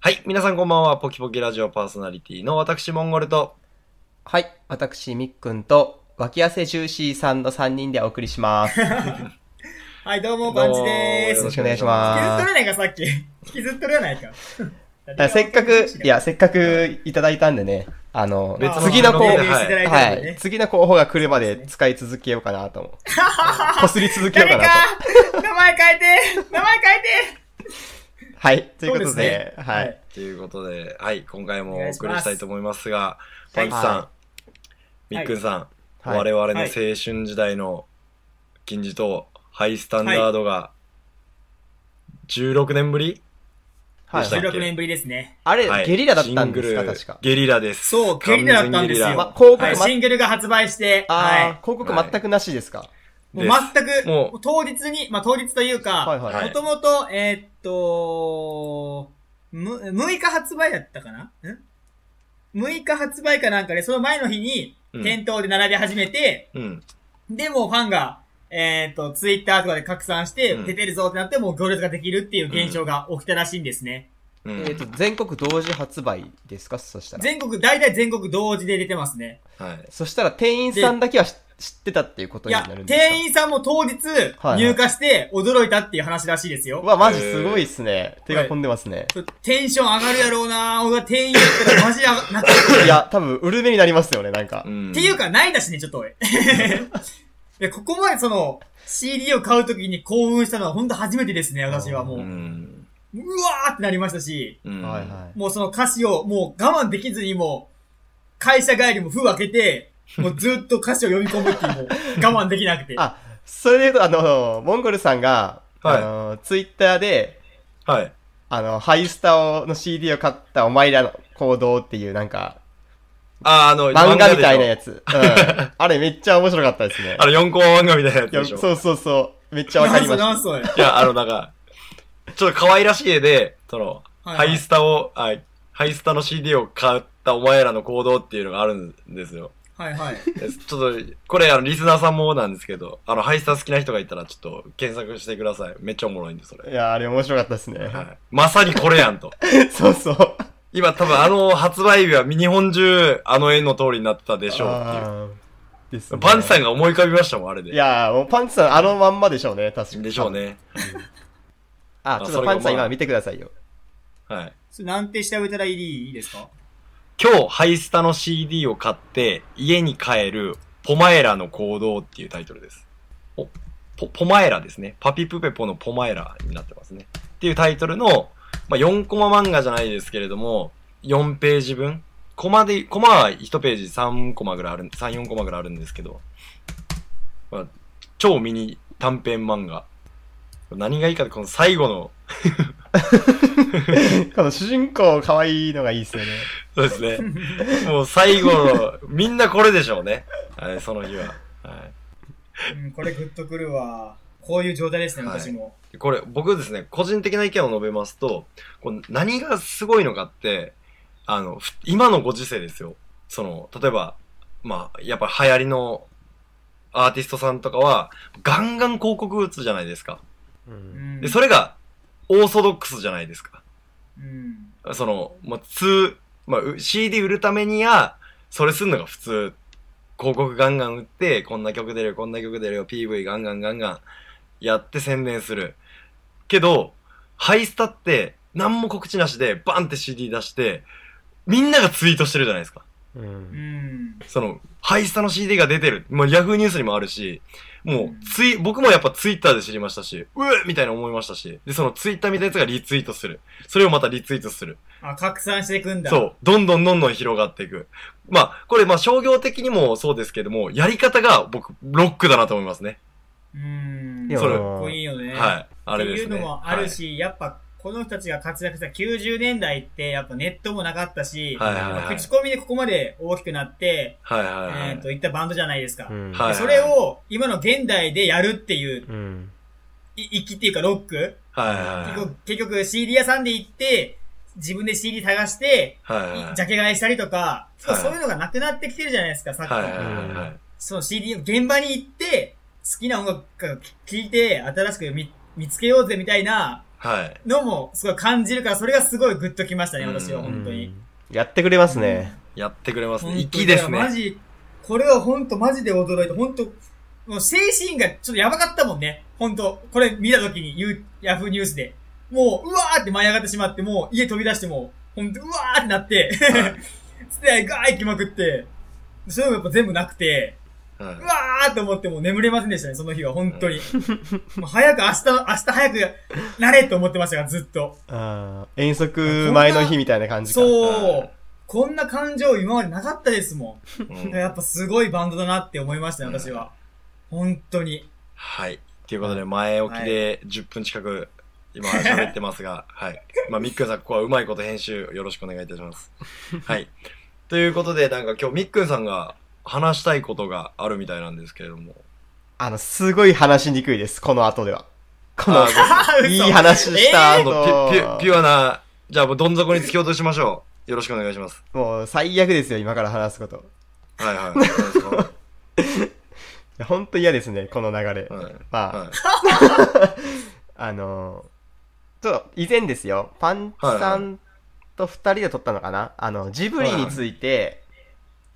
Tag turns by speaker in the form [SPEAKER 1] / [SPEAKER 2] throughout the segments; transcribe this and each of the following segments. [SPEAKER 1] はい。皆さんこんばんは。ポキポキラジオパーソナリティの私、モンゴルと。
[SPEAKER 2] はい、私、みっくんと、脇汗ジューシーさんの3人でお送りし ます。よ
[SPEAKER 3] はい、どうも、パンチでー
[SPEAKER 1] どう
[SPEAKER 3] す。
[SPEAKER 1] も
[SPEAKER 2] ろ
[SPEAKER 3] 引
[SPEAKER 2] しくお願いしま
[SPEAKER 3] きずっと
[SPEAKER 2] す
[SPEAKER 3] れないか、さっき。引きずっとれな いか。
[SPEAKER 2] あ。せっかく、いや、せっかくいただいたんでね、あの
[SPEAKER 1] 別、の
[SPEAKER 2] 次の
[SPEAKER 1] 番
[SPEAKER 2] 候
[SPEAKER 1] 組
[SPEAKER 2] 補、
[SPEAKER 1] では
[SPEAKER 2] はいい、次の候補が来るまで使い続けようかなと 思う。こすり続けよう
[SPEAKER 3] 誰
[SPEAKER 2] か
[SPEAKER 3] か
[SPEAKER 2] なと。
[SPEAKER 3] 名前変えて名前
[SPEAKER 2] はい、ということで、
[SPEAKER 3] そうですね
[SPEAKER 2] は
[SPEAKER 3] はいい。
[SPEAKER 1] ということで、はい。今回も
[SPEAKER 3] お
[SPEAKER 1] お
[SPEAKER 3] 願いします
[SPEAKER 1] 送りしたいと思いますが、パ
[SPEAKER 3] は
[SPEAKER 1] ン
[SPEAKER 3] い
[SPEAKER 1] チさん、
[SPEAKER 2] は
[SPEAKER 1] みっくんさん、
[SPEAKER 2] はい
[SPEAKER 1] 我々の青
[SPEAKER 3] はい
[SPEAKER 1] 春時代の金字塔、ハイスタンダードが、16年ぶり、
[SPEAKER 2] はい
[SPEAKER 1] どうした
[SPEAKER 3] 変えて !16 年ぶりですね。
[SPEAKER 2] あれ、
[SPEAKER 1] はい
[SPEAKER 2] ゲリラだったんで
[SPEAKER 1] シ
[SPEAKER 2] す
[SPEAKER 1] ング
[SPEAKER 2] か、
[SPEAKER 1] ル
[SPEAKER 2] 確か。
[SPEAKER 1] ゲリラです。
[SPEAKER 3] そうゲリラだったんですよ
[SPEAKER 1] 完全にゲリ
[SPEAKER 2] ま
[SPEAKER 1] ラ、
[SPEAKER 2] 広告、
[SPEAKER 3] はい、
[SPEAKER 2] ま、
[SPEAKER 3] シングルが発売して、
[SPEAKER 2] あ
[SPEAKER 3] は
[SPEAKER 2] ー、広告全くなしですか。
[SPEAKER 3] い。もう全
[SPEAKER 1] です
[SPEAKER 3] く、
[SPEAKER 1] も
[SPEAKER 3] も
[SPEAKER 1] う
[SPEAKER 3] う当日に、まあ、当日という
[SPEAKER 2] はい
[SPEAKER 3] か、
[SPEAKER 2] はい
[SPEAKER 3] もともと、えーっと、む、6日発売だったかなん6日発売かなんかで、その前の日に
[SPEAKER 1] うん、
[SPEAKER 3] 店頭で並び始めて、
[SPEAKER 1] うん。
[SPEAKER 3] で、もうファンが、えっ、と、ツイッターとかで拡散して、
[SPEAKER 1] うん
[SPEAKER 3] 出てるぞってなって、もう行列ができるっていう現象が起きたらしいんですね。
[SPEAKER 1] うん。
[SPEAKER 2] えっと、全国同時発売ですか、そしたら。
[SPEAKER 3] 全国、大体全国同時で出てますね。
[SPEAKER 1] はい。
[SPEAKER 2] そしたら店員さんだけはし知ってたっていうこと
[SPEAKER 3] い
[SPEAKER 2] にな
[SPEAKER 3] や
[SPEAKER 2] るん、ですか
[SPEAKER 3] 店員さんも当日
[SPEAKER 2] はい
[SPEAKER 3] 入荷して驚いたっていう話らしいですよ。
[SPEAKER 2] うわ、マジすごいっすね。手が込んでますね。
[SPEAKER 3] テンション上がるやろうな俺は店員やったらマジや、なって
[SPEAKER 2] いや、多分、売る目になりますよね、なんか
[SPEAKER 1] う。ん
[SPEAKER 3] っていうか、ないだしね、ちょっと俺。 で、ここまでその、CD を買うときに興奮したのは本当初めてですね、私はもう。
[SPEAKER 1] う
[SPEAKER 3] うわ
[SPEAKER 1] ん。
[SPEAKER 3] ーってなりましたし。
[SPEAKER 1] うん。
[SPEAKER 2] はいは
[SPEAKER 3] もうその歌詞をもう我慢できずにもう、会社帰りも封開けて、もうずっと歌詞を読み込むっていう、もう我慢できなくて。
[SPEAKER 2] あい。それで言うと、あの、モンゴルさんが、
[SPEAKER 1] はい
[SPEAKER 2] あの、ツイッターで、
[SPEAKER 1] はい。
[SPEAKER 2] あの、ハイスタの CD を買ったお前らの行動っていう、なんか、
[SPEAKER 1] あ、あの、
[SPEAKER 2] 漫画みたいな
[SPEAKER 1] や
[SPEAKER 2] やつ。うん。 あれめっちゃ面白かったですね
[SPEAKER 1] つ。あ。の、4コマ漫画みたいなやつ
[SPEAKER 2] いや
[SPEAKER 1] でしょ。
[SPEAKER 2] そうそうそう。めっちゃわかりました。
[SPEAKER 3] なんそれなんそれ
[SPEAKER 1] いや、あの、なんか、ちょっと可愛らしい絵で、その、
[SPEAKER 3] はいはい
[SPEAKER 1] ハイスタを、あハイスタの CD を買ったお前らの行動っていうのがあるんですよ。
[SPEAKER 3] はいはい。
[SPEAKER 1] でちょっと、これ、あの、リスナーさんもなんですけど、あの、ハイスタ好きな人がいたら、ちょっと検索してください。めっちゃおもろいんで、そ
[SPEAKER 2] い
[SPEAKER 1] れ。
[SPEAKER 2] や、あれ面白かったですね。
[SPEAKER 1] はい。まさにこれやんと。
[SPEAKER 2] そうそう。
[SPEAKER 1] 今多分あの発売日は日本中、あの絵の通りになってたでしょうっていう。
[SPEAKER 2] あーですね
[SPEAKER 1] パンチさんが思い浮かびましたもん、あれで。
[SPEAKER 2] いやー、もうパンチさんあのまんまでしょうね、確かに。
[SPEAKER 1] でしょう。ね。
[SPEAKER 2] あ、
[SPEAKER 1] あ
[SPEAKER 2] ちょっ
[SPEAKER 1] そ
[SPEAKER 2] と
[SPEAKER 1] れが
[SPEAKER 2] パンチさん
[SPEAKER 1] まあ
[SPEAKER 2] 今見てくださいよ。
[SPEAKER 1] はい。
[SPEAKER 3] それなんて調べたらいいいいですか
[SPEAKER 1] 今日、ハイスタの CD を買って、家に帰る、ポマエラの行動っていうタイトルです。おポポマエラですね。パピプペポのポマエラになってますね。っていうタイトルの、まあ、4コマ漫画じゃないですけれども、4ページ分。コマで、コマは1ページ3コマぐらいある、3、4コマぐらいあるんですけど、まあ、超ミニ短編漫画。何がいいかって、この最後の、
[SPEAKER 2] この主人公可愛いのがいいですよね。
[SPEAKER 1] そうですね。もう最後の、みんなこれでしょうね。はい、その日は。は
[SPEAKER 3] うん、これグッとくるわ。こういう状態ですね、
[SPEAKER 1] はい
[SPEAKER 3] 私も。
[SPEAKER 1] い。これ、僕ですね、個人的な意見を述べますと、こう何がすごいのかって、あの、ふ今のご時世ですよ。その、例えば、まあ、やっぱ流行りのアーティストさんとかは、ガンガン広告打つじゃないですか。
[SPEAKER 2] う。
[SPEAKER 3] うんん。
[SPEAKER 1] で、それが、オーソドックスじゃないですか。
[SPEAKER 3] うん。
[SPEAKER 1] その、まあ、通、まあ、う CD 売るためにや、それすんのが普通。広告ガンガン売って、こんな曲出るよ、こんな曲出るよ、PV ガンガンガンガンやって宣伝する。けど、ハイスタって、何も告知なしで、バンって CD 出して、みんながツイートしてるじゃないですか。
[SPEAKER 2] う。
[SPEAKER 3] うんん。
[SPEAKER 1] その、ハイスタの CD が出てる。もう Yahoo ニュースにもあるし、もう、ツイ、僕もやっぱツイッターで知りましたし、うえみたいな思いましたし、で、そのツイッターみたいなやつがリツイートする。それをまたリツイートする。
[SPEAKER 3] あ、拡散していくんだ。
[SPEAKER 1] そ。う。どんどんどんどん広がっていく。まあ、これ、まあ、商業的にもそうですけども、やり方が僕、ロックだなと思いますね。
[SPEAKER 3] うん。
[SPEAKER 2] いや
[SPEAKER 3] か
[SPEAKER 1] それ
[SPEAKER 3] っこいいよね。
[SPEAKER 1] はい。あれ
[SPEAKER 3] っ
[SPEAKER 1] で
[SPEAKER 3] てい
[SPEAKER 1] す
[SPEAKER 3] う
[SPEAKER 1] ね。
[SPEAKER 3] のもあるし、やっぱ、この人たちが活躍した90年代って、やっぱネットもなかったし、
[SPEAKER 1] はいはいはい
[SPEAKER 3] やっぱ口コミでここまで大きくなって、
[SPEAKER 1] はい。はいはいはい。
[SPEAKER 3] えっ、と、いったバンドじゃないですか。
[SPEAKER 2] うん。
[SPEAKER 1] はい
[SPEAKER 3] それを、今の現代でやるっていう、
[SPEAKER 2] うん。
[SPEAKER 3] いきっていうかロック、
[SPEAKER 1] はいはい
[SPEAKER 3] 結局結局 CD 屋さんで行って、自分で CD 探して、
[SPEAKER 1] はい。はいいはい。
[SPEAKER 3] ジャケ買いしたりとか、そう
[SPEAKER 1] はい
[SPEAKER 3] そういうのがなくなってきてるじゃないですか、さっき。
[SPEAKER 1] はいはいはいはい。
[SPEAKER 3] その CD を現場に行って、好きな音楽を聴いて、新しく見見つけようぜみたいな
[SPEAKER 1] はい。
[SPEAKER 3] のも、すごい感じるから、それがすごいグッときましたね、私は、
[SPEAKER 1] うん
[SPEAKER 3] 本当に。。
[SPEAKER 2] やってくれますね。
[SPEAKER 1] やってくれます
[SPEAKER 3] 本当
[SPEAKER 1] ね。
[SPEAKER 3] に
[SPEAKER 1] 粋です
[SPEAKER 3] だからマ
[SPEAKER 1] ね。
[SPEAKER 3] ジ、これは本当マジで驚いた。本当もう精神がちょっとやばかったもんね。本当これ見た時にユーヤフーニュースで。もう、うわーって舞い上がってしまって、もう家飛び出してもう、本当うわーってなって、 つってガー行きまくって、それもやっぱ全部なくて、
[SPEAKER 1] は
[SPEAKER 3] う
[SPEAKER 1] い
[SPEAKER 3] わーって思ってもう眠れませんでしたね、その日は、本当に。 もう早く明日、明日早くなれと思ってましたから、ずっと。
[SPEAKER 2] あー遠足前の日みたいな感じか。
[SPEAKER 1] は
[SPEAKER 3] そう
[SPEAKER 1] い。
[SPEAKER 3] こんな感情今までなかったですもん。
[SPEAKER 1] うん
[SPEAKER 3] やっぱすごいバンドだなって思いましたね、私は。本当に。
[SPEAKER 1] はい。ということで、前置きで10分近く今喋ってますが、 はい。まあ、みっくんさん、ここはうまいこと編集よろしくお願いいたします。はい。ということで、なんか今日みっくんさんが話したいことがあるみたいなんですけれども。
[SPEAKER 2] あの、すごい話しにくいです、この後では。こ
[SPEAKER 1] あ
[SPEAKER 2] の後。
[SPEAKER 3] 嘘
[SPEAKER 2] いい話した
[SPEAKER 1] あ
[SPEAKER 2] 後、
[SPEAKER 1] の、ピュ、ピュ、ピュアな、じゃあもうどん底に突き落としましょう。よろしくお願いします。
[SPEAKER 2] もう最悪ですよ、今から話すこと。い
[SPEAKER 1] はいはい。そうですかは
[SPEAKER 2] やほんと嫌ですね、この流れ。
[SPEAKER 1] い。
[SPEAKER 2] まあ、
[SPEAKER 1] はい。
[SPEAKER 2] あのー、ちょっと以前ですよ、パンチさんと二人で撮ったのかな、あの、ジブリについて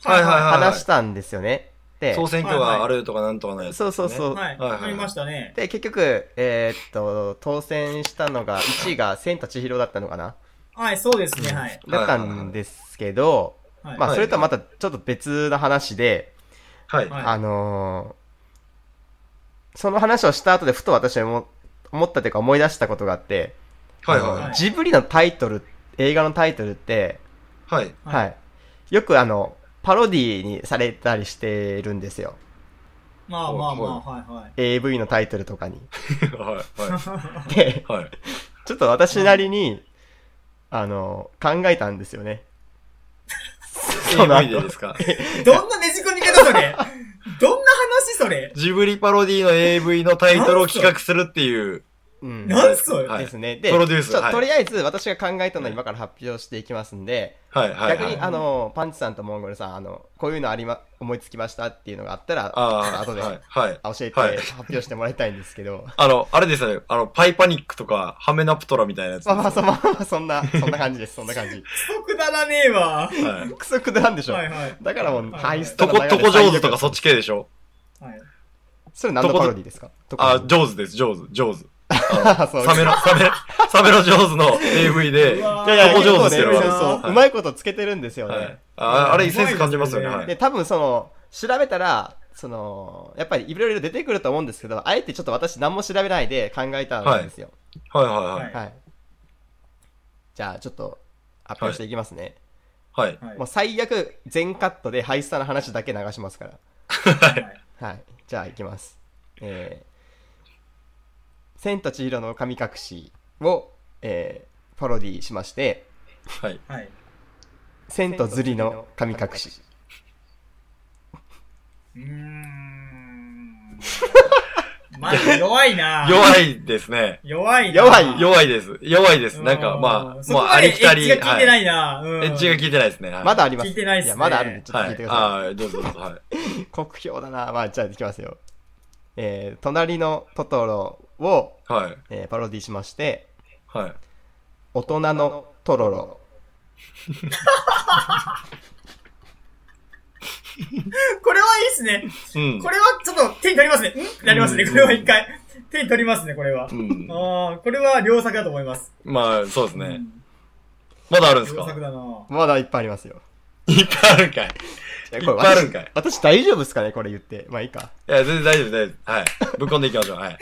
[SPEAKER 1] はいはいはい
[SPEAKER 2] 話したんですよね。で、
[SPEAKER 1] 総選挙があるとかなんとかないです、
[SPEAKER 2] そうそうそう。
[SPEAKER 3] は
[SPEAKER 1] は
[SPEAKER 3] い。
[SPEAKER 1] いはい
[SPEAKER 3] わかりましたね。
[SPEAKER 2] で、結局、えーっと、当選したのが、1位が千と千尋だったのかな
[SPEAKER 3] はい、そうですね、はい。
[SPEAKER 2] だったんですけど、
[SPEAKER 3] はい
[SPEAKER 2] まあ、
[SPEAKER 1] はい
[SPEAKER 2] それとはまたちょっと別の話で、
[SPEAKER 1] はい。
[SPEAKER 3] はい
[SPEAKER 2] あのーその話をした後でふと私は思思ったというか思い出したことがあって、
[SPEAKER 1] はい
[SPEAKER 2] あ
[SPEAKER 1] は
[SPEAKER 2] のジブリのタイトル、映画のタイトルって、
[SPEAKER 1] い。はい。
[SPEAKER 3] は
[SPEAKER 2] は
[SPEAKER 3] い
[SPEAKER 2] い。よくあの、パロディにされたりしてるんですよ。
[SPEAKER 3] まあまあまあ、はいはい。
[SPEAKER 2] AV のタイトルとかに。
[SPEAKER 1] はい。は
[SPEAKER 2] で、
[SPEAKER 1] い。はい。
[SPEAKER 2] ちょっと私なりに、あの、考えたんです よね。その
[SPEAKER 1] AV で
[SPEAKER 2] 後
[SPEAKER 1] で。すか
[SPEAKER 3] どんなねじ込み方それどんな話それ
[SPEAKER 1] ジブリパロディの AV のタイトルを企画するっていう。
[SPEAKER 2] うん。
[SPEAKER 3] なんそれ
[SPEAKER 1] はい
[SPEAKER 2] ですね。で、
[SPEAKER 1] プロデュース
[SPEAKER 2] ちょっと
[SPEAKER 1] はい
[SPEAKER 2] とりあえず私が考えたのを今から発表していきますんで、
[SPEAKER 1] はいはい、はい。
[SPEAKER 2] 逆に、あの、パンチさんとモンゴルさん、あの、こういうのありま、思いつきましたっていうのがあったら、
[SPEAKER 1] ああ、
[SPEAKER 2] 後で
[SPEAKER 1] はい。はい。
[SPEAKER 2] あ教えて
[SPEAKER 1] はい
[SPEAKER 2] 発表してもらいたいんですけど、
[SPEAKER 1] あの、あれですよね。あの、パイパニックとか、ハメナプトラみたいなやつ。
[SPEAKER 2] まあまあ、そまあまあそんな、そんな感じです、そんな感じ。
[SPEAKER 3] 不足だらね えわ。は
[SPEAKER 1] はい。
[SPEAKER 2] くそくだらんでし
[SPEAKER 3] い
[SPEAKER 2] ょ。
[SPEAKER 3] はい。はい
[SPEAKER 2] だからもう、
[SPEAKER 3] はい
[SPEAKER 2] ハイス
[SPEAKER 1] と
[SPEAKER 2] タ
[SPEAKER 1] こ、
[SPEAKER 2] の流
[SPEAKER 1] と
[SPEAKER 2] れ
[SPEAKER 1] こ上手とかそっち系でしょ
[SPEAKER 2] それ何のパロディですかとこ
[SPEAKER 1] あ、上手です、上手、上手。
[SPEAKER 2] あ そう
[SPEAKER 1] サメの、サメ、サメの上手の AV で、
[SPEAKER 3] うわ
[SPEAKER 2] いやいや、
[SPEAKER 1] とこ
[SPEAKER 2] 結
[SPEAKER 1] 上
[SPEAKER 2] 構
[SPEAKER 1] 手し
[SPEAKER 2] ね、
[SPEAKER 1] てるわ
[SPEAKER 2] そうそう、
[SPEAKER 1] はいう
[SPEAKER 2] まいことつけてるんですよね。
[SPEAKER 1] はい。あ、あれ、センス感じますよね。
[SPEAKER 3] うまい
[SPEAKER 1] はい。
[SPEAKER 2] で、多分その、調べたら、その、やっぱりいろいろ出てくると思うんですけど、あえてちょっと私何も調べないで考えたんですよ。
[SPEAKER 1] はいはいはい。
[SPEAKER 2] はい。じゃあ、ちょっと、発表していきますね。
[SPEAKER 1] はい。
[SPEAKER 3] はい
[SPEAKER 2] もう最悪、全カットでハイスタの話だけ流しますから。
[SPEAKER 3] はい
[SPEAKER 2] はい。じゃあ、いきます。えー、千と千尋の神隠しを、えー、パロディしまして、
[SPEAKER 1] はい。
[SPEAKER 3] はい。
[SPEAKER 2] 千とズリの神隠し。
[SPEAKER 3] うーん。まず弱いな
[SPEAKER 1] 弱いですね。
[SPEAKER 3] 弱いな
[SPEAKER 2] 弱い
[SPEAKER 1] 弱いです。弱いです。なんか、まあ、
[SPEAKER 3] ま
[SPEAKER 1] ま
[SPEAKER 3] あ、
[SPEAKER 1] あ、
[SPEAKER 3] あ
[SPEAKER 1] あ
[SPEAKER 3] り
[SPEAKER 1] り
[SPEAKER 3] き
[SPEAKER 1] き
[SPEAKER 3] た
[SPEAKER 1] た
[SPEAKER 3] り。
[SPEAKER 1] り。。
[SPEAKER 3] エッジが効いてないいなうん
[SPEAKER 1] エッジが効いてないですね。はい
[SPEAKER 2] まだあります。
[SPEAKER 3] 聞いてないっすね
[SPEAKER 2] や、まだあるんで、ちょっと聞
[SPEAKER 1] はい
[SPEAKER 2] て
[SPEAKER 1] い。
[SPEAKER 2] くださ
[SPEAKER 1] ああ、どうぞどうぞ。はい。
[SPEAKER 2] い。酷評だな。まあ、じゃあ、いきますよ。えー、隣のトトロを、
[SPEAKER 1] はい。
[SPEAKER 2] えーパロディしまして、
[SPEAKER 1] はい。
[SPEAKER 2] 大人のトロロ。
[SPEAKER 3] これはいいっすね。
[SPEAKER 1] うん。
[SPEAKER 3] これはちょっと手に取りますね。んってなりますね。
[SPEAKER 1] うん
[SPEAKER 3] これは一回。手に取りますね、これは。
[SPEAKER 1] うん。
[SPEAKER 3] ああ、これは良作だと思います。
[SPEAKER 1] まあ、そうです
[SPEAKER 3] う
[SPEAKER 1] ね。
[SPEAKER 3] ん
[SPEAKER 1] まだあるんです
[SPEAKER 3] 良
[SPEAKER 1] か
[SPEAKER 3] 作だな
[SPEAKER 2] まだいっぱいありますよ。
[SPEAKER 1] いっぱいあるんかい。
[SPEAKER 2] いや
[SPEAKER 1] いっぱいあるんかい
[SPEAKER 2] 私、私大丈夫ですかねこれ言って。まあいいか。
[SPEAKER 1] いや、全然大丈夫、大丈夫。はい。ぶっこんでいきましょう。はい。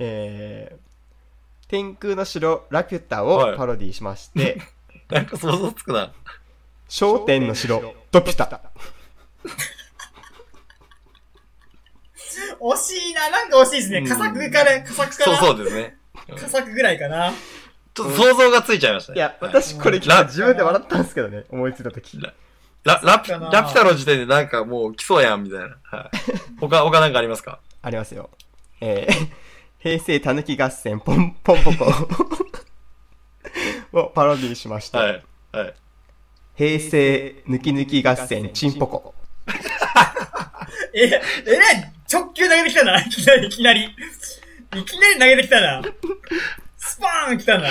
[SPEAKER 2] えー、天空の城ラピュタ
[SPEAKER 1] は
[SPEAKER 2] を
[SPEAKER 1] い
[SPEAKER 2] パロディしまして、
[SPEAKER 1] なんか想像つくな。
[SPEAKER 2] 商店の城ドピュタ。
[SPEAKER 3] 惜しいな、なんか惜しいです
[SPEAKER 1] う
[SPEAKER 3] ね。
[SPEAKER 1] ん
[SPEAKER 3] 佳作から、佳作か
[SPEAKER 1] そう
[SPEAKER 3] ら。
[SPEAKER 1] そうですね。
[SPEAKER 3] 佳作ぐらいかな。
[SPEAKER 1] ちょっと想像がついちゃいましたね。
[SPEAKER 2] いや、
[SPEAKER 1] はい
[SPEAKER 2] 私これ聞いて
[SPEAKER 1] ラ
[SPEAKER 2] 自分で笑ったんですけどね。思いついた時。
[SPEAKER 1] ラ、ラピ、
[SPEAKER 3] そうだな
[SPEAKER 1] ラピュタの時点でなんかもう来そうやん、みたいな。はい。他、他なんかありますか
[SPEAKER 2] ありますよ。えー、 平成たぬき合戦ポンポンポコ をパロディしました。
[SPEAKER 1] はい。はい。
[SPEAKER 2] 平成ぬきぬき合戦チンポコ。
[SPEAKER 3] え、えらい直球投げてきたな、いきなり、いきなり。いきなり投げてきたな。スパーン来たな。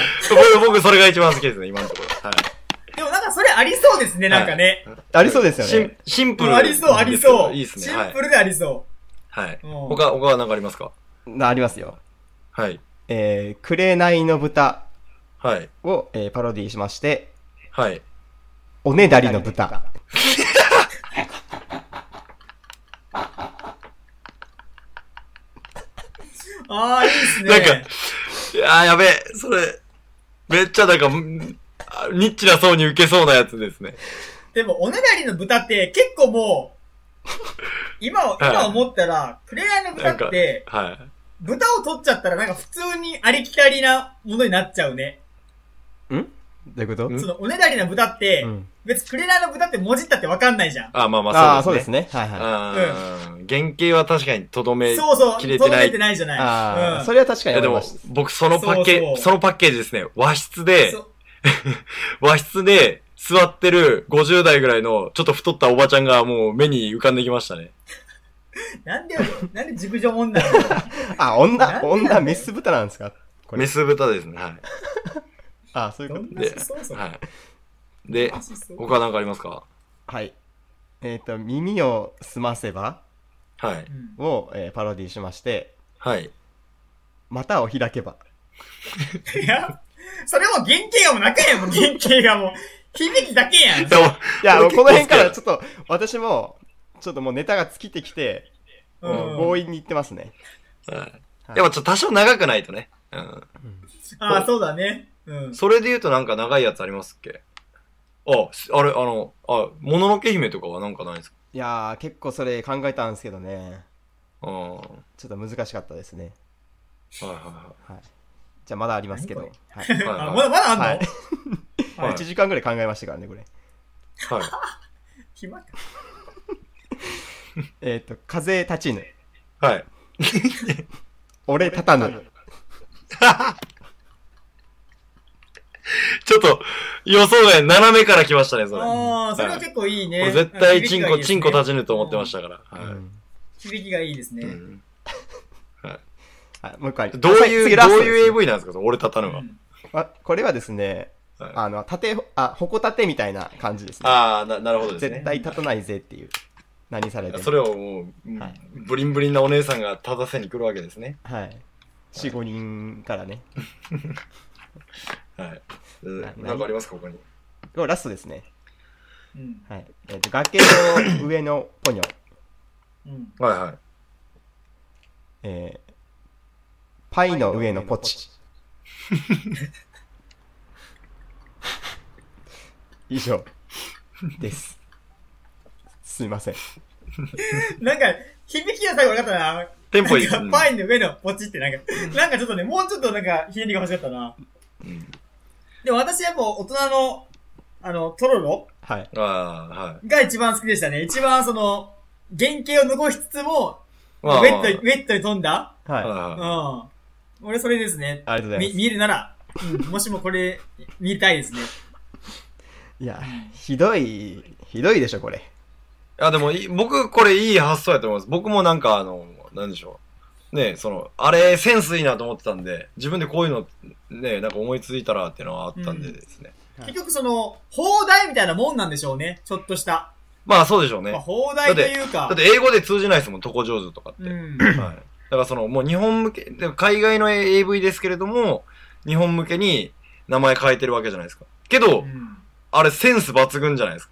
[SPEAKER 1] 僕、僕、それが一番好きですね、今のところ。はい。
[SPEAKER 3] でもなんかそれありそうですね、なんかね。
[SPEAKER 2] ありそうですよね。
[SPEAKER 1] シンシンプ
[SPEAKER 3] うん
[SPEAKER 1] ル。
[SPEAKER 3] ありそう、ありそう。
[SPEAKER 1] いいですね。
[SPEAKER 3] シ
[SPEAKER 1] は
[SPEAKER 3] ン
[SPEAKER 1] い
[SPEAKER 3] プ。ルでありそ
[SPEAKER 1] はい。
[SPEAKER 3] うん
[SPEAKER 1] 他、他は何かありますか
[SPEAKER 2] なありますよ。
[SPEAKER 1] はい。
[SPEAKER 2] えー、紅の豚
[SPEAKER 1] はい。
[SPEAKER 2] を、えーパロディしまして、
[SPEAKER 1] はい。
[SPEAKER 2] おねだりの豚。
[SPEAKER 3] う。ああ、いいですね。
[SPEAKER 1] なんか、いやーやべえ、それ、めっちゃなんか、んあニッチな層に受けそうなやつですね。
[SPEAKER 3] でも、おねだりの豚って結構も う、今を、今思ったら、紅の
[SPEAKER 1] なん
[SPEAKER 3] 豚
[SPEAKER 1] か
[SPEAKER 3] って、、
[SPEAKER 1] はい。
[SPEAKER 3] 豚を取っちゃったらなんか普通にありきたりなものになっちゃうね。
[SPEAKER 2] んどういうこと
[SPEAKER 1] ん
[SPEAKER 3] その、おねだりの豚って、
[SPEAKER 2] うん
[SPEAKER 3] 別に紅の豚って文字ったってわかんないじゃん。
[SPEAKER 1] あ、まあま
[SPEAKER 2] ああ
[SPEAKER 1] あ
[SPEAKER 2] ー、そ
[SPEAKER 1] そう
[SPEAKER 2] う
[SPEAKER 1] で
[SPEAKER 2] ですす
[SPEAKER 1] ね。
[SPEAKER 2] ね。はいはい。
[SPEAKER 1] あー原型は確かにとどめ。
[SPEAKER 3] そうそう、
[SPEAKER 1] 切れてない
[SPEAKER 3] てないじゃない。
[SPEAKER 2] ああ、
[SPEAKER 3] うん
[SPEAKER 2] それは確か
[SPEAKER 1] い
[SPEAKER 2] に
[SPEAKER 1] や
[SPEAKER 2] 思
[SPEAKER 1] で
[SPEAKER 2] いま
[SPEAKER 1] も
[SPEAKER 2] し、
[SPEAKER 1] 僕そのパッケージ、
[SPEAKER 3] そうそう
[SPEAKER 1] そのパッケージですね。和室で
[SPEAKER 3] そ、
[SPEAKER 1] 和室で座ってる50代ぐらいのちょっと太ったおばちゃんがもう目に浮かんできましたね。
[SPEAKER 3] なんで、なんで熟女もんなの
[SPEAKER 2] た。あ、女、女、メス豚なんですかこれ
[SPEAKER 1] メス豚ですね。は
[SPEAKER 2] ああ、そういう
[SPEAKER 3] ど
[SPEAKER 2] こと
[SPEAKER 3] んな思想
[SPEAKER 1] い。
[SPEAKER 3] それ
[SPEAKER 1] はい。で、
[SPEAKER 3] 思想
[SPEAKER 1] 他何かありますか
[SPEAKER 2] はい。えっ、と、耳をすませば
[SPEAKER 1] はい。
[SPEAKER 3] うん
[SPEAKER 2] を、えーパロディしまして、
[SPEAKER 1] はい。
[SPEAKER 2] 股を 開けば。
[SPEAKER 3] いや、それも原型がもうなくやもん、原型がもう。響きだけやん。
[SPEAKER 1] でも
[SPEAKER 2] いや、もう
[SPEAKER 1] 俺結構
[SPEAKER 2] この辺から
[SPEAKER 1] 好き
[SPEAKER 2] ちょっと、私も、ちょっともうネタが尽きてきて、
[SPEAKER 3] う
[SPEAKER 2] もうん強引に言ってますね。
[SPEAKER 1] はいでもちょっと多少長くないとね。うん。
[SPEAKER 3] ああ、そうだね。うん。
[SPEAKER 1] それで言うとなんか長いやつありますっけあ、すあれ、あの、あ、もののけ姫とかはなんかないですか
[SPEAKER 2] いやー、結構それ考えたんですけどね、
[SPEAKER 1] うん。は
[SPEAKER 2] ちょっと難しかったですね。
[SPEAKER 1] いはいは
[SPEAKER 2] はい。じゃあまだありますけど。
[SPEAKER 3] 何
[SPEAKER 2] はい。
[SPEAKER 1] い。 はい
[SPEAKER 3] あ、
[SPEAKER 1] は
[SPEAKER 3] まだまだあんの、
[SPEAKER 2] はい。
[SPEAKER 1] はい
[SPEAKER 2] 1時間ぐらい考えましたからね、これ。
[SPEAKER 1] い。はい
[SPEAKER 3] 暇か。
[SPEAKER 2] えっ、と、風立ちぬ。
[SPEAKER 1] はい。
[SPEAKER 2] 俺立たぬ。
[SPEAKER 1] ちょっと、予想外、斜めから来ましたね、それ。
[SPEAKER 3] ああ、それは
[SPEAKER 1] はい
[SPEAKER 3] 結構いいね。
[SPEAKER 1] これ絶対、チ
[SPEAKER 3] 響き
[SPEAKER 1] ン
[SPEAKER 3] が
[SPEAKER 1] コ、
[SPEAKER 3] いいです
[SPEAKER 1] チ
[SPEAKER 3] ね
[SPEAKER 1] ンコ立ちぬと思ってましたから。
[SPEAKER 2] う
[SPEAKER 1] はい
[SPEAKER 2] ん
[SPEAKER 3] 響きがいいですね。
[SPEAKER 1] うん
[SPEAKER 2] はい、もう一回。
[SPEAKER 1] どういう、どういう
[SPEAKER 2] う
[SPEAKER 1] AV なんですか、その俺立たぬは。
[SPEAKER 2] これはですね、
[SPEAKER 1] はい
[SPEAKER 2] あの、縦、あ、矛盾みたいな感じですね。
[SPEAKER 1] ああ、な、なるほどです
[SPEAKER 2] 絶
[SPEAKER 1] ね。
[SPEAKER 2] 対立たないぜっていう。何されても
[SPEAKER 1] それをもう、
[SPEAKER 2] はい
[SPEAKER 1] ブリンブリンなお姉さんが立たせに来るわけですね。
[SPEAKER 2] はい。4、5人からね。
[SPEAKER 1] はい。
[SPEAKER 2] な
[SPEAKER 1] なんかありますか、他に。
[SPEAKER 2] これラストですね。
[SPEAKER 3] うん。
[SPEAKER 2] はい。えっ、と、崖の上のポニョ。
[SPEAKER 3] うん。
[SPEAKER 1] はいはい。
[SPEAKER 2] えー、パイの上のポチ。以上です。すいません。
[SPEAKER 3] なんか、響きが最後分かったな。
[SPEAKER 1] テンポいいです
[SPEAKER 3] な
[SPEAKER 1] ね
[SPEAKER 3] んか、パインの上のポチってなんか、なんかちょっとね、もうちょっとなんか、ひねりが欲しかったな。
[SPEAKER 1] うん
[SPEAKER 3] でも私やっぱ大人の、あの、トロロ
[SPEAKER 2] はい。
[SPEAKER 1] ああ、はい。
[SPEAKER 3] が一番好きでしたね。一番その、原型を残しつつも、
[SPEAKER 1] まあ
[SPEAKER 3] ウェットに、ウ
[SPEAKER 1] ま
[SPEAKER 3] ェットに飛んだ
[SPEAKER 2] は
[SPEAKER 1] あ
[SPEAKER 2] い。あ
[SPEAKER 3] う
[SPEAKER 1] はいは
[SPEAKER 3] ん。俺それですね。
[SPEAKER 2] りがとうございま
[SPEAKER 3] み
[SPEAKER 2] す。
[SPEAKER 3] 見るなら、うん、もしもこれ、見たいですね。
[SPEAKER 2] いや、ひどい、ひどいでしょ、これ。
[SPEAKER 1] い。あ、でもいい、僕、これいい発想やと思います。僕もなんか、あの、なんでしょう。ねその、あれ、センスいいなと思ってたんで、自分でこういうの、ねなんか思いついたらっていうのはあったんでですね。
[SPEAKER 2] はい
[SPEAKER 3] 結局その、放題みたいなもんなんでしょうね。ちょっとした。
[SPEAKER 1] まあ、そうでしょうね。
[SPEAKER 3] まあ、
[SPEAKER 1] だ
[SPEAKER 3] 放題というか。
[SPEAKER 1] って、英語で通じないですもん、床上手とかって。
[SPEAKER 3] う
[SPEAKER 1] はい。
[SPEAKER 3] ん。
[SPEAKER 1] だから、その、もう日本向け、でも海外の AV ですけれども、日本向けに名前変えてるわけじゃないですか。けど、
[SPEAKER 3] うん
[SPEAKER 1] あれ、センス抜群じゃないですか。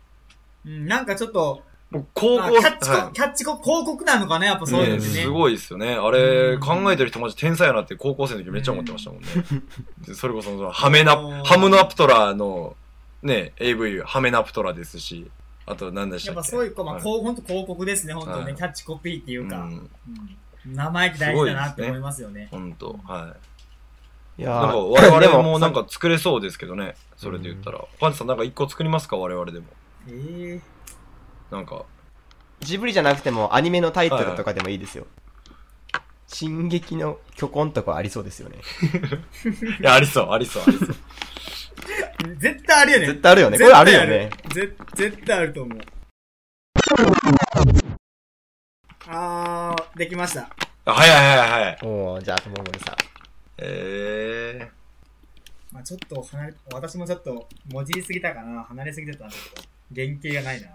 [SPEAKER 3] うん。なんかちょっと、
[SPEAKER 1] もう高
[SPEAKER 3] まあ
[SPEAKER 1] 校、
[SPEAKER 3] キャッチコ、
[SPEAKER 1] はい
[SPEAKER 3] キャッチコ、広告なのかねやっぱそういうの
[SPEAKER 1] ね
[SPEAKER 3] ってね。
[SPEAKER 1] すごいですよね。あれ、
[SPEAKER 3] うん
[SPEAKER 1] 考えてる人マジ天才やなって高校生の時めっちゃ思ってましたもんね。でそれこそその、ハメナ
[SPEAKER 3] あのー、
[SPEAKER 1] ハムナプトラの、ね、AV、ハメナプトラですし、あと何でした
[SPEAKER 3] や
[SPEAKER 1] っ
[SPEAKER 3] っ
[SPEAKER 1] け
[SPEAKER 3] ぱそういうこう、まあ、
[SPEAKER 1] はい
[SPEAKER 3] こう、ほんと広告ですね、本当
[SPEAKER 1] は
[SPEAKER 3] ね。
[SPEAKER 1] い
[SPEAKER 3] キャッチコピーっていうか
[SPEAKER 1] う。ん、
[SPEAKER 3] うん名前って大事だなっ
[SPEAKER 1] すごいです
[SPEAKER 3] て
[SPEAKER 1] ね
[SPEAKER 3] 思いますよね。
[SPEAKER 1] ほんと、はい。
[SPEAKER 2] いや
[SPEAKER 1] なんか
[SPEAKER 2] ー
[SPEAKER 1] 我
[SPEAKER 2] で
[SPEAKER 1] 々もなんか作れそうですけどね、それで言ったら。パンチさんなんか一個作りますか我々でも。
[SPEAKER 3] えー
[SPEAKER 1] なんか、
[SPEAKER 2] ジブリじゃなくてもアニメのタイトルとかでもいいですよ。進撃の巨根とかありそうですよね。
[SPEAKER 1] いや、ありそう、ありそう、ありそう。
[SPEAKER 3] 絶対あるよね。
[SPEAKER 2] 絶対あるよね。これあるよね。
[SPEAKER 3] 絶対ある。ぜ絶対あると思う。あー、できました。
[SPEAKER 1] はいはいはいはい。
[SPEAKER 2] おおじゃあ、とももりさん。
[SPEAKER 1] え
[SPEAKER 3] まあちょっと離れ、私もちょっと、もじりすぎたかな。離れすぎてたんだけど、原型がないな。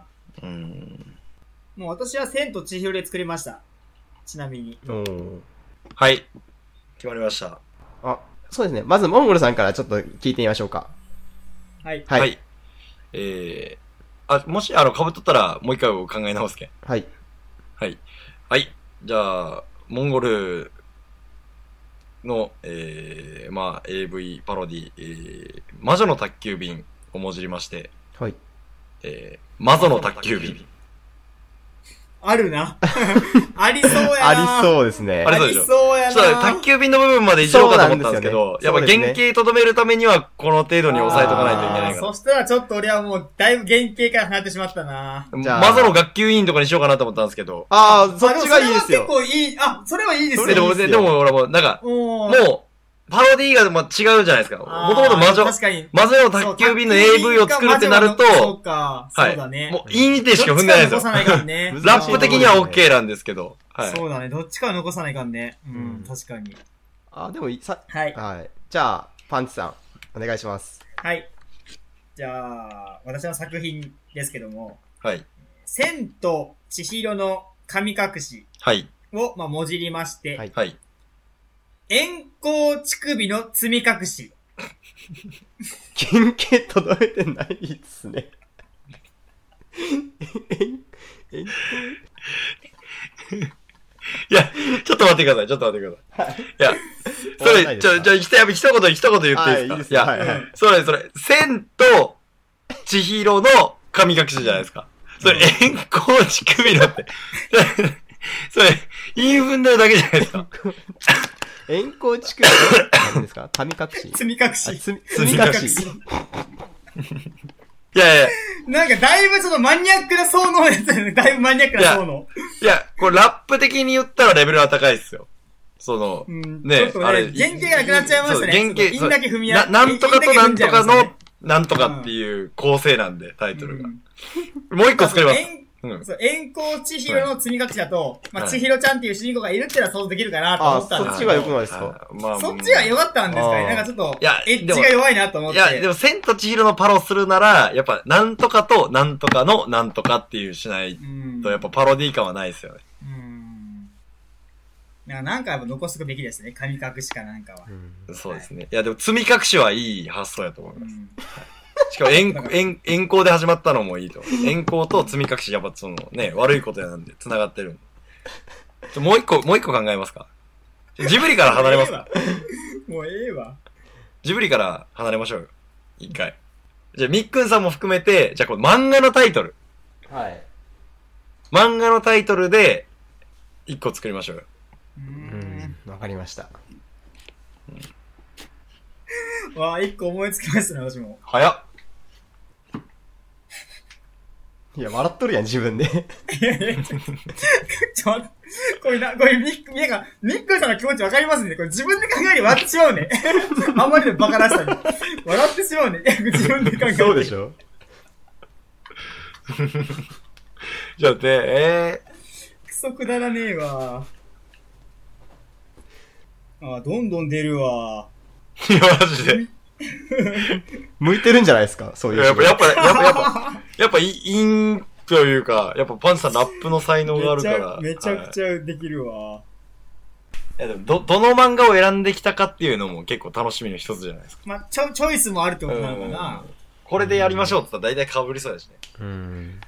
[SPEAKER 1] えー。うん。
[SPEAKER 3] もう私は千と千尋で作りました。ちなみに。
[SPEAKER 2] おー
[SPEAKER 1] はい。決まりました。
[SPEAKER 2] あ、そうですね。まず、モンゴルさんからちょっと聞いてみましょうか。
[SPEAKER 3] はい。
[SPEAKER 2] はい。はい。
[SPEAKER 1] えー、あ、もし、あの、被っとったら、もう一回考え直すけん。はい。はい。じゃあ、モンゴルの、えー、まあ、AV パロディ、えー、魔女の宅急便をもじりまして、
[SPEAKER 2] はい。
[SPEAKER 1] えー、魔女の宅急便。
[SPEAKER 3] あ るな。ありそうやな。
[SPEAKER 2] あり
[SPEAKER 3] う。
[SPEAKER 2] そうですね
[SPEAKER 1] あ。
[SPEAKER 3] あ
[SPEAKER 1] りそうで
[SPEAKER 3] り
[SPEAKER 1] しょ
[SPEAKER 3] そうや
[SPEAKER 1] ちょっとね
[SPEAKER 3] な。
[SPEAKER 1] 宅急便の部分までいじろうかと思ったんですけど、
[SPEAKER 2] そう
[SPEAKER 1] やっ
[SPEAKER 2] なん
[SPEAKER 1] ぱ
[SPEAKER 2] ですよ
[SPEAKER 1] 原
[SPEAKER 2] ね
[SPEAKER 1] 型とどめるためには、この程度に抑えとかないといけない
[SPEAKER 3] あー
[SPEAKER 1] か
[SPEAKER 3] そしたらちょっと俺はもう、だいぶ原型から離れてしまったな。
[SPEAKER 2] じゃ
[SPEAKER 1] ら。
[SPEAKER 2] あ
[SPEAKER 1] 魔女の学級委員とかにしようかなと思ったんですけど、
[SPEAKER 2] ああ、そっちがいいです
[SPEAKER 3] あ
[SPEAKER 2] よ。
[SPEAKER 3] もそれは結構いい、あ、それはいいです
[SPEAKER 2] そ
[SPEAKER 3] よ。
[SPEAKER 2] れ
[SPEAKER 1] で
[SPEAKER 2] いい
[SPEAKER 1] も、
[SPEAKER 2] っすよ
[SPEAKER 1] ででも、俺も、なんか、
[SPEAKER 3] も
[SPEAKER 1] もう、パロディーがまあ違うじゃないですか。
[SPEAKER 3] あ
[SPEAKER 1] も
[SPEAKER 3] ー
[SPEAKER 1] ともと魔女、
[SPEAKER 3] 確かに。
[SPEAKER 1] 魔女の宅急便の AV を作るってなると、
[SPEAKER 3] そうか、
[SPEAKER 1] はい。
[SPEAKER 3] そうだね。
[SPEAKER 1] もう、いいでしか踏んでないです
[SPEAKER 3] どっちかは残
[SPEAKER 1] よ。
[SPEAKER 3] さないかんね
[SPEAKER 2] 。難
[SPEAKER 1] ラ
[SPEAKER 2] し
[SPEAKER 1] ッ
[SPEAKER 2] い
[SPEAKER 1] プ的には OK なんですけど。はい。
[SPEAKER 3] そうだね。どっちかは残さないかんね。う
[SPEAKER 2] うんん、
[SPEAKER 3] 確かに。
[SPEAKER 2] あーでもいい、さ、
[SPEAKER 3] はい。
[SPEAKER 2] はい。じゃあ、パンチさん、お願いします。
[SPEAKER 3] はい。じゃあ、私の作品ですけども、
[SPEAKER 1] はい。
[SPEAKER 3] 千と千尋の神隠し
[SPEAKER 1] はい。
[SPEAKER 3] を、まあ、もじりまして、
[SPEAKER 2] はい
[SPEAKER 1] はい。
[SPEAKER 3] 遠行乳首の積み隠し。
[SPEAKER 2] 原型届いてないですね。
[SPEAKER 1] いや、ちょっと待ってください。ちょっと待ってください。いや、それ、ちょ、ち
[SPEAKER 2] ょ、
[SPEAKER 1] ょ、一言、一言、一言言っていいですか
[SPEAKER 2] いいですよ。はい
[SPEAKER 1] や、
[SPEAKER 2] はい。
[SPEAKER 1] それ、それ、千と千尋の神隠しじゃないですか。それ、遠行乳首だって。それ、言い踏んでるだけじゃないですか。
[SPEAKER 2] 遠行地区の、何ですか神隠し。
[SPEAKER 3] 積み隠
[SPEAKER 2] あ
[SPEAKER 3] し。
[SPEAKER 2] 積み
[SPEAKER 3] 積み
[SPEAKER 2] 積み
[SPEAKER 3] 隠
[SPEAKER 2] 隠
[SPEAKER 3] し
[SPEAKER 2] し。
[SPEAKER 1] いやいや、
[SPEAKER 3] なんかだいぶちょっとマニアックな層のやつだよね。だいぶマニアックな層の。
[SPEAKER 1] いや、これラップ的に言ったらレベルは高いですよ。その、
[SPEAKER 3] うん
[SPEAKER 1] ね
[SPEAKER 3] ちょっとね
[SPEAKER 1] あれ
[SPEAKER 3] 原型がなくなっちゃいましたね
[SPEAKER 1] そう原型
[SPEAKER 3] ちょっと韻だけ踏み合
[SPEAKER 1] ななんとかとなんとか
[SPEAKER 3] 韻だけ踏んじゃいま
[SPEAKER 1] の、なんとかっていう構成なんで、タイトルが。もう一個作れます。
[SPEAKER 3] 遠
[SPEAKER 1] うん。
[SPEAKER 3] そう、遠行千尋の積み隠しだと、まあ、
[SPEAKER 1] はい
[SPEAKER 3] 千尋ちゃんっていう主人公がいるってのは想像できるかなと思ったんで
[SPEAKER 2] あそっ
[SPEAKER 3] す
[SPEAKER 2] ち
[SPEAKER 3] け
[SPEAKER 2] が
[SPEAKER 3] ど
[SPEAKER 2] 良くないですか
[SPEAKER 1] あまあ
[SPEAKER 3] そっちが良かったんですかね。
[SPEAKER 2] あ
[SPEAKER 3] な
[SPEAKER 2] ー
[SPEAKER 3] んかちょっと、
[SPEAKER 1] いや
[SPEAKER 3] エッジ
[SPEAKER 1] でも
[SPEAKER 3] が弱いなと思っ
[SPEAKER 1] い
[SPEAKER 3] て。
[SPEAKER 1] や、でも、千と千尋のパロするなら、やっぱ、なんとかと、なんとかの、なんとかっていうしない
[SPEAKER 3] うん。
[SPEAKER 1] と、やっぱパロディー感はないですよね。
[SPEAKER 3] うん。なんか、なんかやっぱ残しとくべきですね。神隠しかなんかは。
[SPEAKER 1] そうですね。いや、でも、積み隠しはいい発想やと思いうます。
[SPEAKER 3] ん
[SPEAKER 1] しかも遠、遠、遠行で始まったのもいいと思う。遠行と積み隠し、やっぱそのね、悪いことやなんで、繋がってるんでちょもう一個、もう一個考えますかジブリから離れますか
[SPEAKER 3] もうええわ。
[SPEAKER 1] ジブリから離れましょうよ。一回。じゃあ、みっくんさんも含めて、じゃあ、この漫画のタイトル。
[SPEAKER 2] はい。
[SPEAKER 1] 漫画のタイトルで、一個作りましょうよ。
[SPEAKER 3] う。
[SPEAKER 2] うんん、わかりました。
[SPEAKER 3] わあ、一個思いつきましたね、私も。
[SPEAKER 1] 早っ。
[SPEAKER 2] いや、笑っとるやん、自分で。
[SPEAKER 3] いやいやちょっとちょっと、これな、これ、みっく、みか、みっくんさんの気持ちわかりますね。これ自分で考えて笑ってしまうね。あんまりのバカらしさに。笑ってしまうね。自分で考えて。
[SPEAKER 2] そうでしょ
[SPEAKER 1] じゃあ、で、え
[SPEAKER 3] クソくだらねえわ。ああ、どんどん出るわ。
[SPEAKER 1] ー、いや、マジで。
[SPEAKER 2] 向いてるんじゃないですかそう
[SPEAKER 1] い
[SPEAKER 2] いう
[SPEAKER 1] ややっぱ、や
[SPEAKER 2] 仕
[SPEAKER 1] っぱ、やっぱ、やっぱ、やっぱ、い陰というか、やっぱパンチさんラップの才能がある
[SPEAKER 3] めち
[SPEAKER 1] から
[SPEAKER 3] ゃ。めちゃくちゃできるわ。
[SPEAKER 1] いやでもど、どの漫画を選んできたかっていうのも結構楽しみの一つじゃないですか。
[SPEAKER 3] まあ、ちょ、チョイスもあるってことなのかな。
[SPEAKER 1] これでやりましょうって言ったら大体被りそうだしね。
[SPEAKER 2] 事。うん。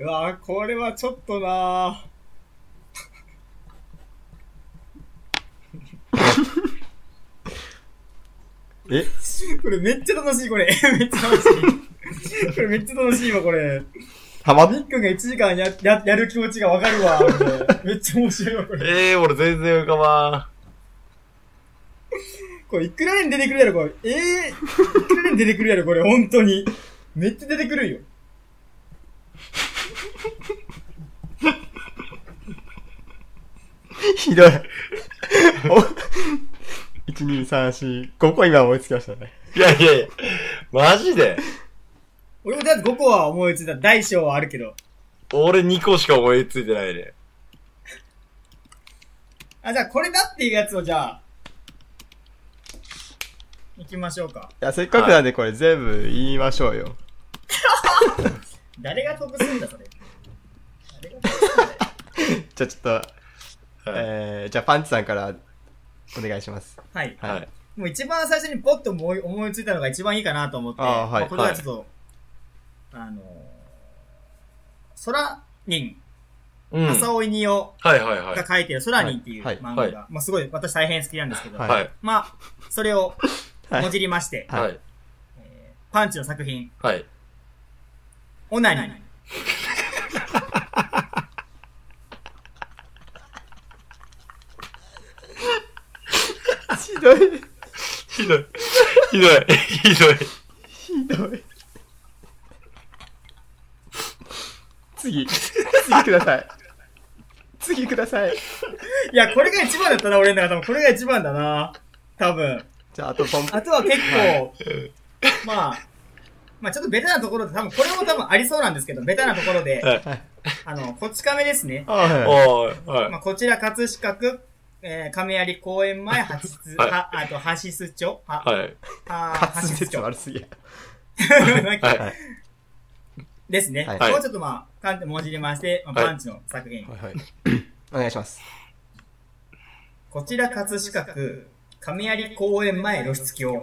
[SPEAKER 3] うわあ、これはちょっとな
[SPEAKER 2] え
[SPEAKER 3] これめっちゃ楽しい、これ。 めっちゃ楽しい。これめっちゃ楽しいわ、これ。
[SPEAKER 2] ハマ
[SPEAKER 3] みっくんが1時間や、や、やる気持ちがわかるわ。これめっちゃ面白いわ、これ。
[SPEAKER 1] ええー、俺全然浮かば
[SPEAKER 3] これいくらでも出てくるやろ、これ。ええいくらでも出てくるやろ、これ、本当に。めっちゃ出てくるよ。
[SPEAKER 2] ひどい。お、1、2、3、4、5個今思いつきましたね。
[SPEAKER 1] ん。いやいやいや、マジで
[SPEAKER 3] 俺もだって5個は思いついた。大小はあるけど。
[SPEAKER 1] 俺2個しか思いついてないね。
[SPEAKER 3] あ、じゃあこれだっていうやつをじゃあ、行きましょうか。
[SPEAKER 2] や、せっかくなんでこれ全部言いましょうよ。
[SPEAKER 3] 誰が得すんだ、それ。誰が得
[SPEAKER 2] じゃあちょっと、
[SPEAKER 1] はい。
[SPEAKER 2] えー、じゃあパンチさんからお願いします。
[SPEAKER 3] はい。
[SPEAKER 2] はい。
[SPEAKER 1] はい
[SPEAKER 3] もう一番最初にポッと思い思いついたのが一番いいかなと思って、
[SPEAKER 2] あーはい
[SPEAKER 3] まこれはちょっと、あのー、空人、
[SPEAKER 1] うん。はい
[SPEAKER 3] 浅尾いにお
[SPEAKER 1] はいはい。
[SPEAKER 3] が書いてる空人っていう
[SPEAKER 2] はい
[SPEAKER 3] 漫画が、
[SPEAKER 1] はいは
[SPEAKER 3] まあすごい私大変好きなんですけど、
[SPEAKER 2] はい
[SPEAKER 1] はい。
[SPEAKER 3] まあ、それを
[SPEAKER 2] はい
[SPEAKER 3] もじりまして、
[SPEAKER 2] はい
[SPEAKER 1] はい。
[SPEAKER 3] えーパンチの作品、
[SPEAKER 1] はい。
[SPEAKER 3] オナニー。
[SPEAKER 2] ひどい。
[SPEAKER 1] ひどい。ひどい。ひどい。
[SPEAKER 2] ひどい。次。次ください。次ください。
[SPEAKER 3] いや、これが一番だったな、俺の中でも。これが一番だな。多分。
[SPEAKER 2] じゃあ、あとポンプ。
[SPEAKER 3] あとは結構、まあ、まあちょっとベタなところで、多分これも多分ありそうなんですけど、ベタなところで、
[SPEAKER 1] はい
[SPEAKER 2] はい
[SPEAKER 3] あの、こち亀ですね。
[SPEAKER 2] あはい
[SPEAKER 1] おー、はい。
[SPEAKER 3] まあ、こちら、葛飾区、えー、亀有公園前、八室、
[SPEAKER 1] はい
[SPEAKER 3] は、あと、橋須町、は、は、
[SPEAKER 1] はい。
[SPEAKER 2] 滑
[SPEAKER 3] 橋須
[SPEAKER 2] 舌
[SPEAKER 3] 町。
[SPEAKER 2] 悪すぎる。
[SPEAKER 3] なんか
[SPEAKER 1] はい。
[SPEAKER 3] ですね。
[SPEAKER 2] はい
[SPEAKER 3] ここをちょっとまあ、かんでもじりまして、まあ、
[SPEAKER 1] はい
[SPEAKER 3] パンチの作品。
[SPEAKER 2] はいはい。お願いします。
[SPEAKER 3] こちら、葛飾区、亀有公園前露出鏡。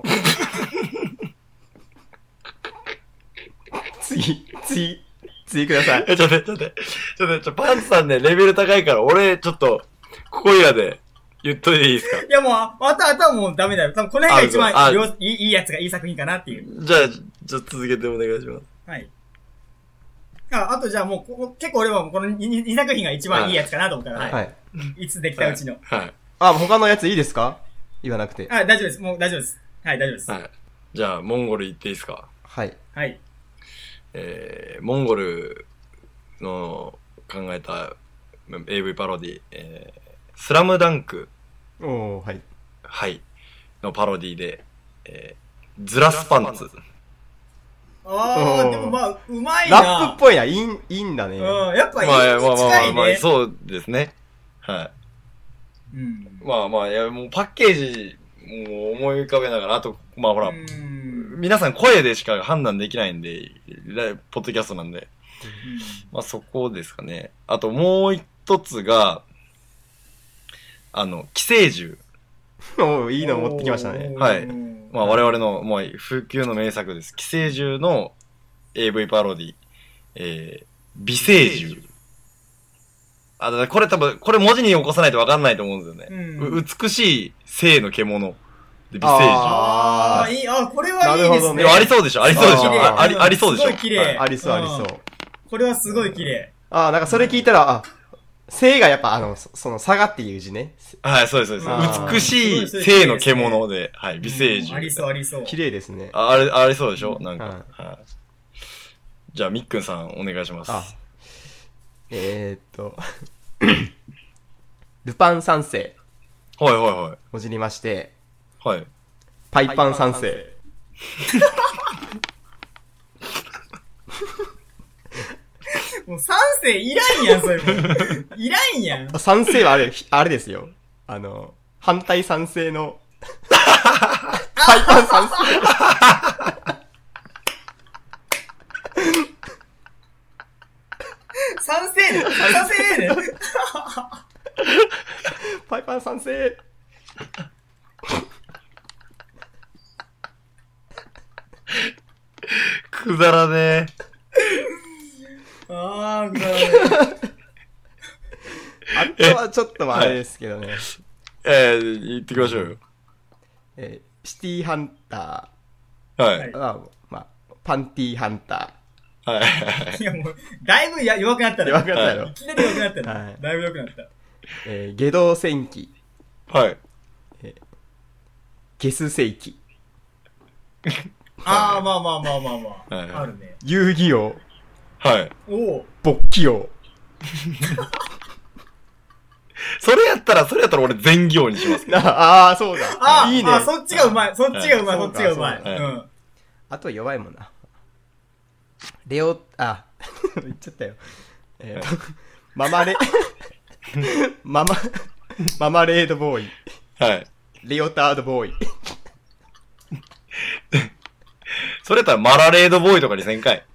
[SPEAKER 2] 次、次、次ください。
[SPEAKER 1] え、ちょっと待って、ちょっと待って。ちょっと待って、ちょパンツさんね、レベル高いから、俺、ちょっと、ここいらで、言っといていいですか
[SPEAKER 3] いやもう、ああと、あとはもうダメだよ。多分この辺が
[SPEAKER 1] あ
[SPEAKER 3] 一番
[SPEAKER 1] そう
[SPEAKER 3] よいいいいやつが、いい作品かなっていう。
[SPEAKER 1] じゃあ、じゃあ続けてお願いします。
[SPEAKER 3] はい。ああとじゃあもうここ、結構俺はもうこの 2, 作品が一番いいやつかなと思ったか
[SPEAKER 2] は。
[SPEAKER 3] ら、はいい、いつできたうちの。
[SPEAKER 1] はい。
[SPEAKER 2] あ、他のやついいですか言わなくて。
[SPEAKER 3] あ、大丈夫です。もう大丈夫です。はい、大丈夫です。
[SPEAKER 1] はい。じゃあ、モンゴル行っていいですか
[SPEAKER 2] はい。
[SPEAKER 3] はい。
[SPEAKER 1] えー、モンゴルの考えた AV パロディ、えー、スラムダンク、
[SPEAKER 2] おー、はい。
[SPEAKER 1] はい、のパロディで、えー、ズラスパンツ。
[SPEAKER 3] あ
[SPEAKER 2] お
[SPEAKER 3] あ、
[SPEAKER 2] ー
[SPEAKER 3] でもまあ、うまいな。
[SPEAKER 2] ラップっぽいな、イン、インだね。
[SPEAKER 3] うん、やっぱいい、
[SPEAKER 1] まあ、まあまあま
[SPEAKER 3] 近
[SPEAKER 1] あ
[SPEAKER 3] い
[SPEAKER 1] まあ、
[SPEAKER 3] ね。
[SPEAKER 1] そうですね。はい。
[SPEAKER 3] うん。
[SPEAKER 1] まあまあ、いや、もうパッケージ、もう思い浮かべながら、あと、まあほら、
[SPEAKER 3] うん
[SPEAKER 1] 皆さん声でしか判断できないんで、ラポッドキャストなんで。まあそこですかね。あともう一つが、あの、寄生獣。
[SPEAKER 2] おー、いいの持ってきましたね。
[SPEAKER 1] はい
[SPEAKER 3] うん
[SPEAKER 1] まあ我々の、もう普及の名作です。寄生獣の AV パロディ。えー、微生獣。あ、だからこれ多分、これ文字に起こさないとわかんないと思うんですよね。
[SPEAKER 3] うん
[SPEAKER 1] う美しい性の獣。で、微生
[SPEAKER 2] あ
[SPEAKER 1] 獣。
[SPEAKER 3] ああ、いい、あ、これはいい
[SPEAKER 2] な
[SPEAKER 3] で
[SPEAKER 2] るほ
[SPEAKER 3] す
[SPEAKER 2] ど
[SPEAKER 1] で
[SPEAKER 2] ね
[SPEAKER 3] ね。
[SPEAKER 1] もありそうでしょありそうでし
[SPEAKER 2] あ
[SPEAKER 1] ょ
[SPEAKER 2] ー
[SPEAKER 1] ああり、ありそうでしょ
[SPEAKER 3] すごい綺麗
[SPEAKER 1] はい
[SPEAKER 2] ありそう、ありそう。
[SPEAKER 3] これはすごい綺麗。
[SPEAKER 2] あー、なんかそれ聞いたら、あ、性がやっぱ、あの、そその、差がっていう字ね。
[SPEAKER 1] はい、そうです、そうで
[SPEAKER 2] あー
[SPEAKER 1] す。美しい性の獣で、はい、微生
[SPEAKER 3] うん
[SPEAKER 1] 獣。
[SPEAKER 3] ありそう、ありそう。
[SPEAKER 2] 綺麗ですね。
[SPEAKER 1] ああれ、ありそうでしょなん
[SPEAKER 2] は
[SPEAKER 1] か。はいじゃあ、みっくんさん、お願いします。
[SPEAKER 2] あ、えー、っと、 ルパン三世、
[SPEAKER 1] はいは
[SPEAKER 2] もじりまして、
[SPEAKER 1] いはい。はい。
[SPEAKER 2] パイパン三世。
[SPEAKER 3] もう三世いらんやん、 それもう。いらんやん。
[SPEAKER 2] あ三世はあれ、ひあれですよ。あの、反対三世の、パイパン三世。
[SPEAKER 3] 三世ね。三世ね。
[SPEAKER 2] パイパン三世。
[SPEAKER 1] くだらね
[SPEAKER 3] ああ、これ
[SPEAKER 2] あとはちょっとまああれですけどね。
[SPEAKER 1] え。えー、行ってきましょうよ。
[SPEAKER 2] えーシティハンタ
[SPEAKER 1] はい。は
[SPEAKER 3] はい
[SPEAKER 2] ー、あまあ、パンティハンタ。
[SPEAKER 1] はいはい
[SPEAKER 3] いや、もう、だいぶや弱くなった
[SPEAKER 2] ー。
[SPEAKER 3] な
[SPEAKER 2] 弱くなったやろ
[SPEAKER 3] い。きなり弱くなったな
[SPEAKER 2] はい
[SPEAKER 3] だいぶ弱くなった。
[SPEAKER 2] えー、下道戦記、
[SPEAKER 1] はい。
[SPEAKER 2] ゲス世紀、
[SPEAKER 3] ああ、まあまあまあまあま
[SPEAKER 1] はい
[SPEAKER 3] あ。あるね。
[SPEAKER 2] 遊戯王、
[SPEAKER 1] はい。
[SPEAKER 3] おお。
[SPEAKER 2] 勃起王。
[SPEAKER 1] それやったら、それやったら俺全行にしますけど。
[SPEAKER 2] ああー、そうだ。
[SPEAKER 3] ああ、
[SPEAKER 2] いいね。
[SPEAKER 3] あそっちがうまい。そっちがうまい。
[SPEAKER 2] は
[SPEAKER 3] そ
[SPEAKER 2] い
[SPEAKER 3] っちがうまい。
[SPEAKER 2] そううか
[SPEAKER 3] ん。
[SPEAKER 1] そう
[SPEAKER 2] あと弱いもんな。レオ、あ、 言っちゃったよ。えーとママ レ、ママ、ママレードボーイ、
[SPEAKER 1] はい。
[SPEAKER 2] レオタードボーイ。
[SPEAKER 1] それやったらマラレードボーイとかにせんかい。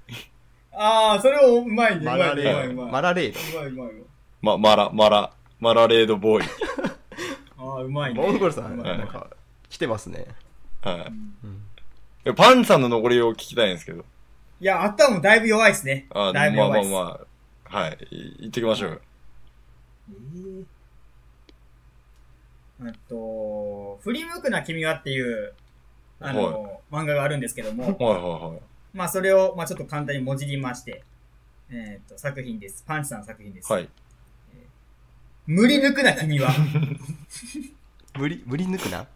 [SPEAKER 3] ああ、それをうまいね。う
[SPEAKER 2] マ
[SPEAKER 3] ま
[SPEAKER 2] ラ
[SPEAKER 3] いね
[SPEAKER 2] レ
[SPEAKER 3] うまい
[SPEAKER 2] ー
[SPEAKER 3] う
[SPEAKER 2] ド。
[SPEAKER 3] まい。
[SPEAKER 2] マラレー
[SPEAKER 3] うまいうまいわ。
[SPEAKER 1] ま、マラ、マラ、マラレードボーイ。
[SPEAKER 3] ああ、うまい
[SPEAKER 2] ド。
[SPEAKER 3] ね。
[SPEAKER 2] モンゴルさん、
[SPEAKER 3] うまい
[SPEAKER 2] なんか、来てますね。
[SPEAKER 1] はい
[SPEAKER 2] うん
[SPEAKER 1] え。パンさんの残りを聞きたいんですけど。
[SPEAKER 3] いや、あったもだいぶ弱いですね。
[SPEAKER 1] あ
[SPEAKER 3] だいぶ
[SPEAKER 1] まあ
[SPEAKER 3] 弱
[SPEAKER 1] ま
[SPEAKER 3] い
[SPEAKER 1] あ
[SPEAKER 3] です。
[SPEAKER 1] まあ。はい。い行ってきましょうよ。
[SPEAKER 3] えーっと、振り向くな君はっていう、あの、漫画があるんですけども、
[SPEAKER 1] はいはいはい。
[SPEAKER 3] まあそれを、まあちょっと簡単にもじりまして、えーっと、作品です。パンチさんの作品です。
[SPEAKER 1] はい。
[SPEAKER 3] 無理抜くな君は。
[SPEAKER 2] 無理、無理抜くな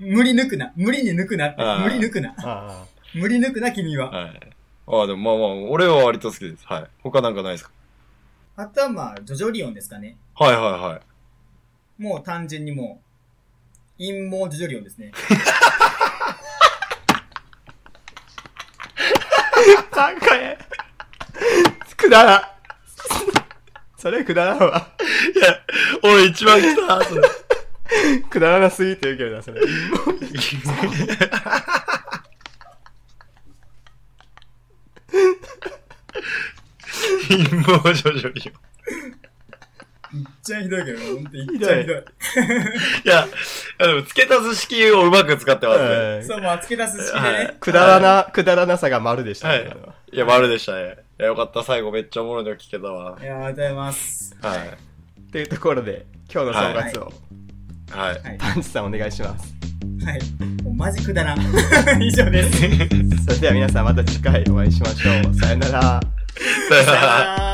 [SPEAKER 3] 無理抜くな。無理に抜くなって。
[SPEAKER 1] あー
[SPEAKER 3] 無理抜くな。
[SPEAKER 2] あ
[SPEAKER 3] 無理抜くな君は。
[SPEAKER 1] はい。ああ、でもまあまあ、俺は割と好きです。はい。他なんかないですか
[SPEAKER 3] あとはまあ、ジョジョリオンですかね。
[SPEAKER 1] はいはいはい。
[SPEAKER 3] もう単純にもう、陰謀ジョジョリオンですね。
[SPEAKER 2] あ。考え。くだら。それはくだらんわ。
[SPEAKER 1] いや、 俺一番来た、それ。
[SPEAKER 2] くだらなすぎて言うけどな、それ。
[SPEAKER 1] 陰謀ジョジョリオン。
[SPEAKER 3] いっちゃひどいけどね、ほんとい
[SPEAKER 2] ひ
[SPEAKER 3] っ
[SPEAKER 2] ど
[SPEAKER 3] ちゃ
[SPEAKER 2] い
[SPEAKER 3] ひどい。
[SPEAKER 1] いや、あの、付け足す式をうまく使ってますね。
[SPEAKER 3] そう、もう付け出す式で
[SPEAKER 1] はい
[SPEAKER 3] ね。
[SPEAKER 2] くだらな、くだらなさが丸でしたね。
[SPEAKER 1] はいいや、丸でしたね。いや、よかった。最後めっちゃおもろいの聞けたわ。はい
[SPEAKER 3] やー、ありがとうございます。
[SPEAKER 1] い。
[SPEAKER 2] というところで、今日の総括を、
[SPEAKER 1] はい。
[SPEAKER 3] はい。
[SPEAKER 2] パンチさんお願いします。
[SPEAKER 3] はい。もうマジくだらん。 以上です。
[SPEAKER 2] それでは皆さんまた次回お会いしましょう。さよなら。
[SPEAKER 1] さよなら。
[SPEAKER 3] あー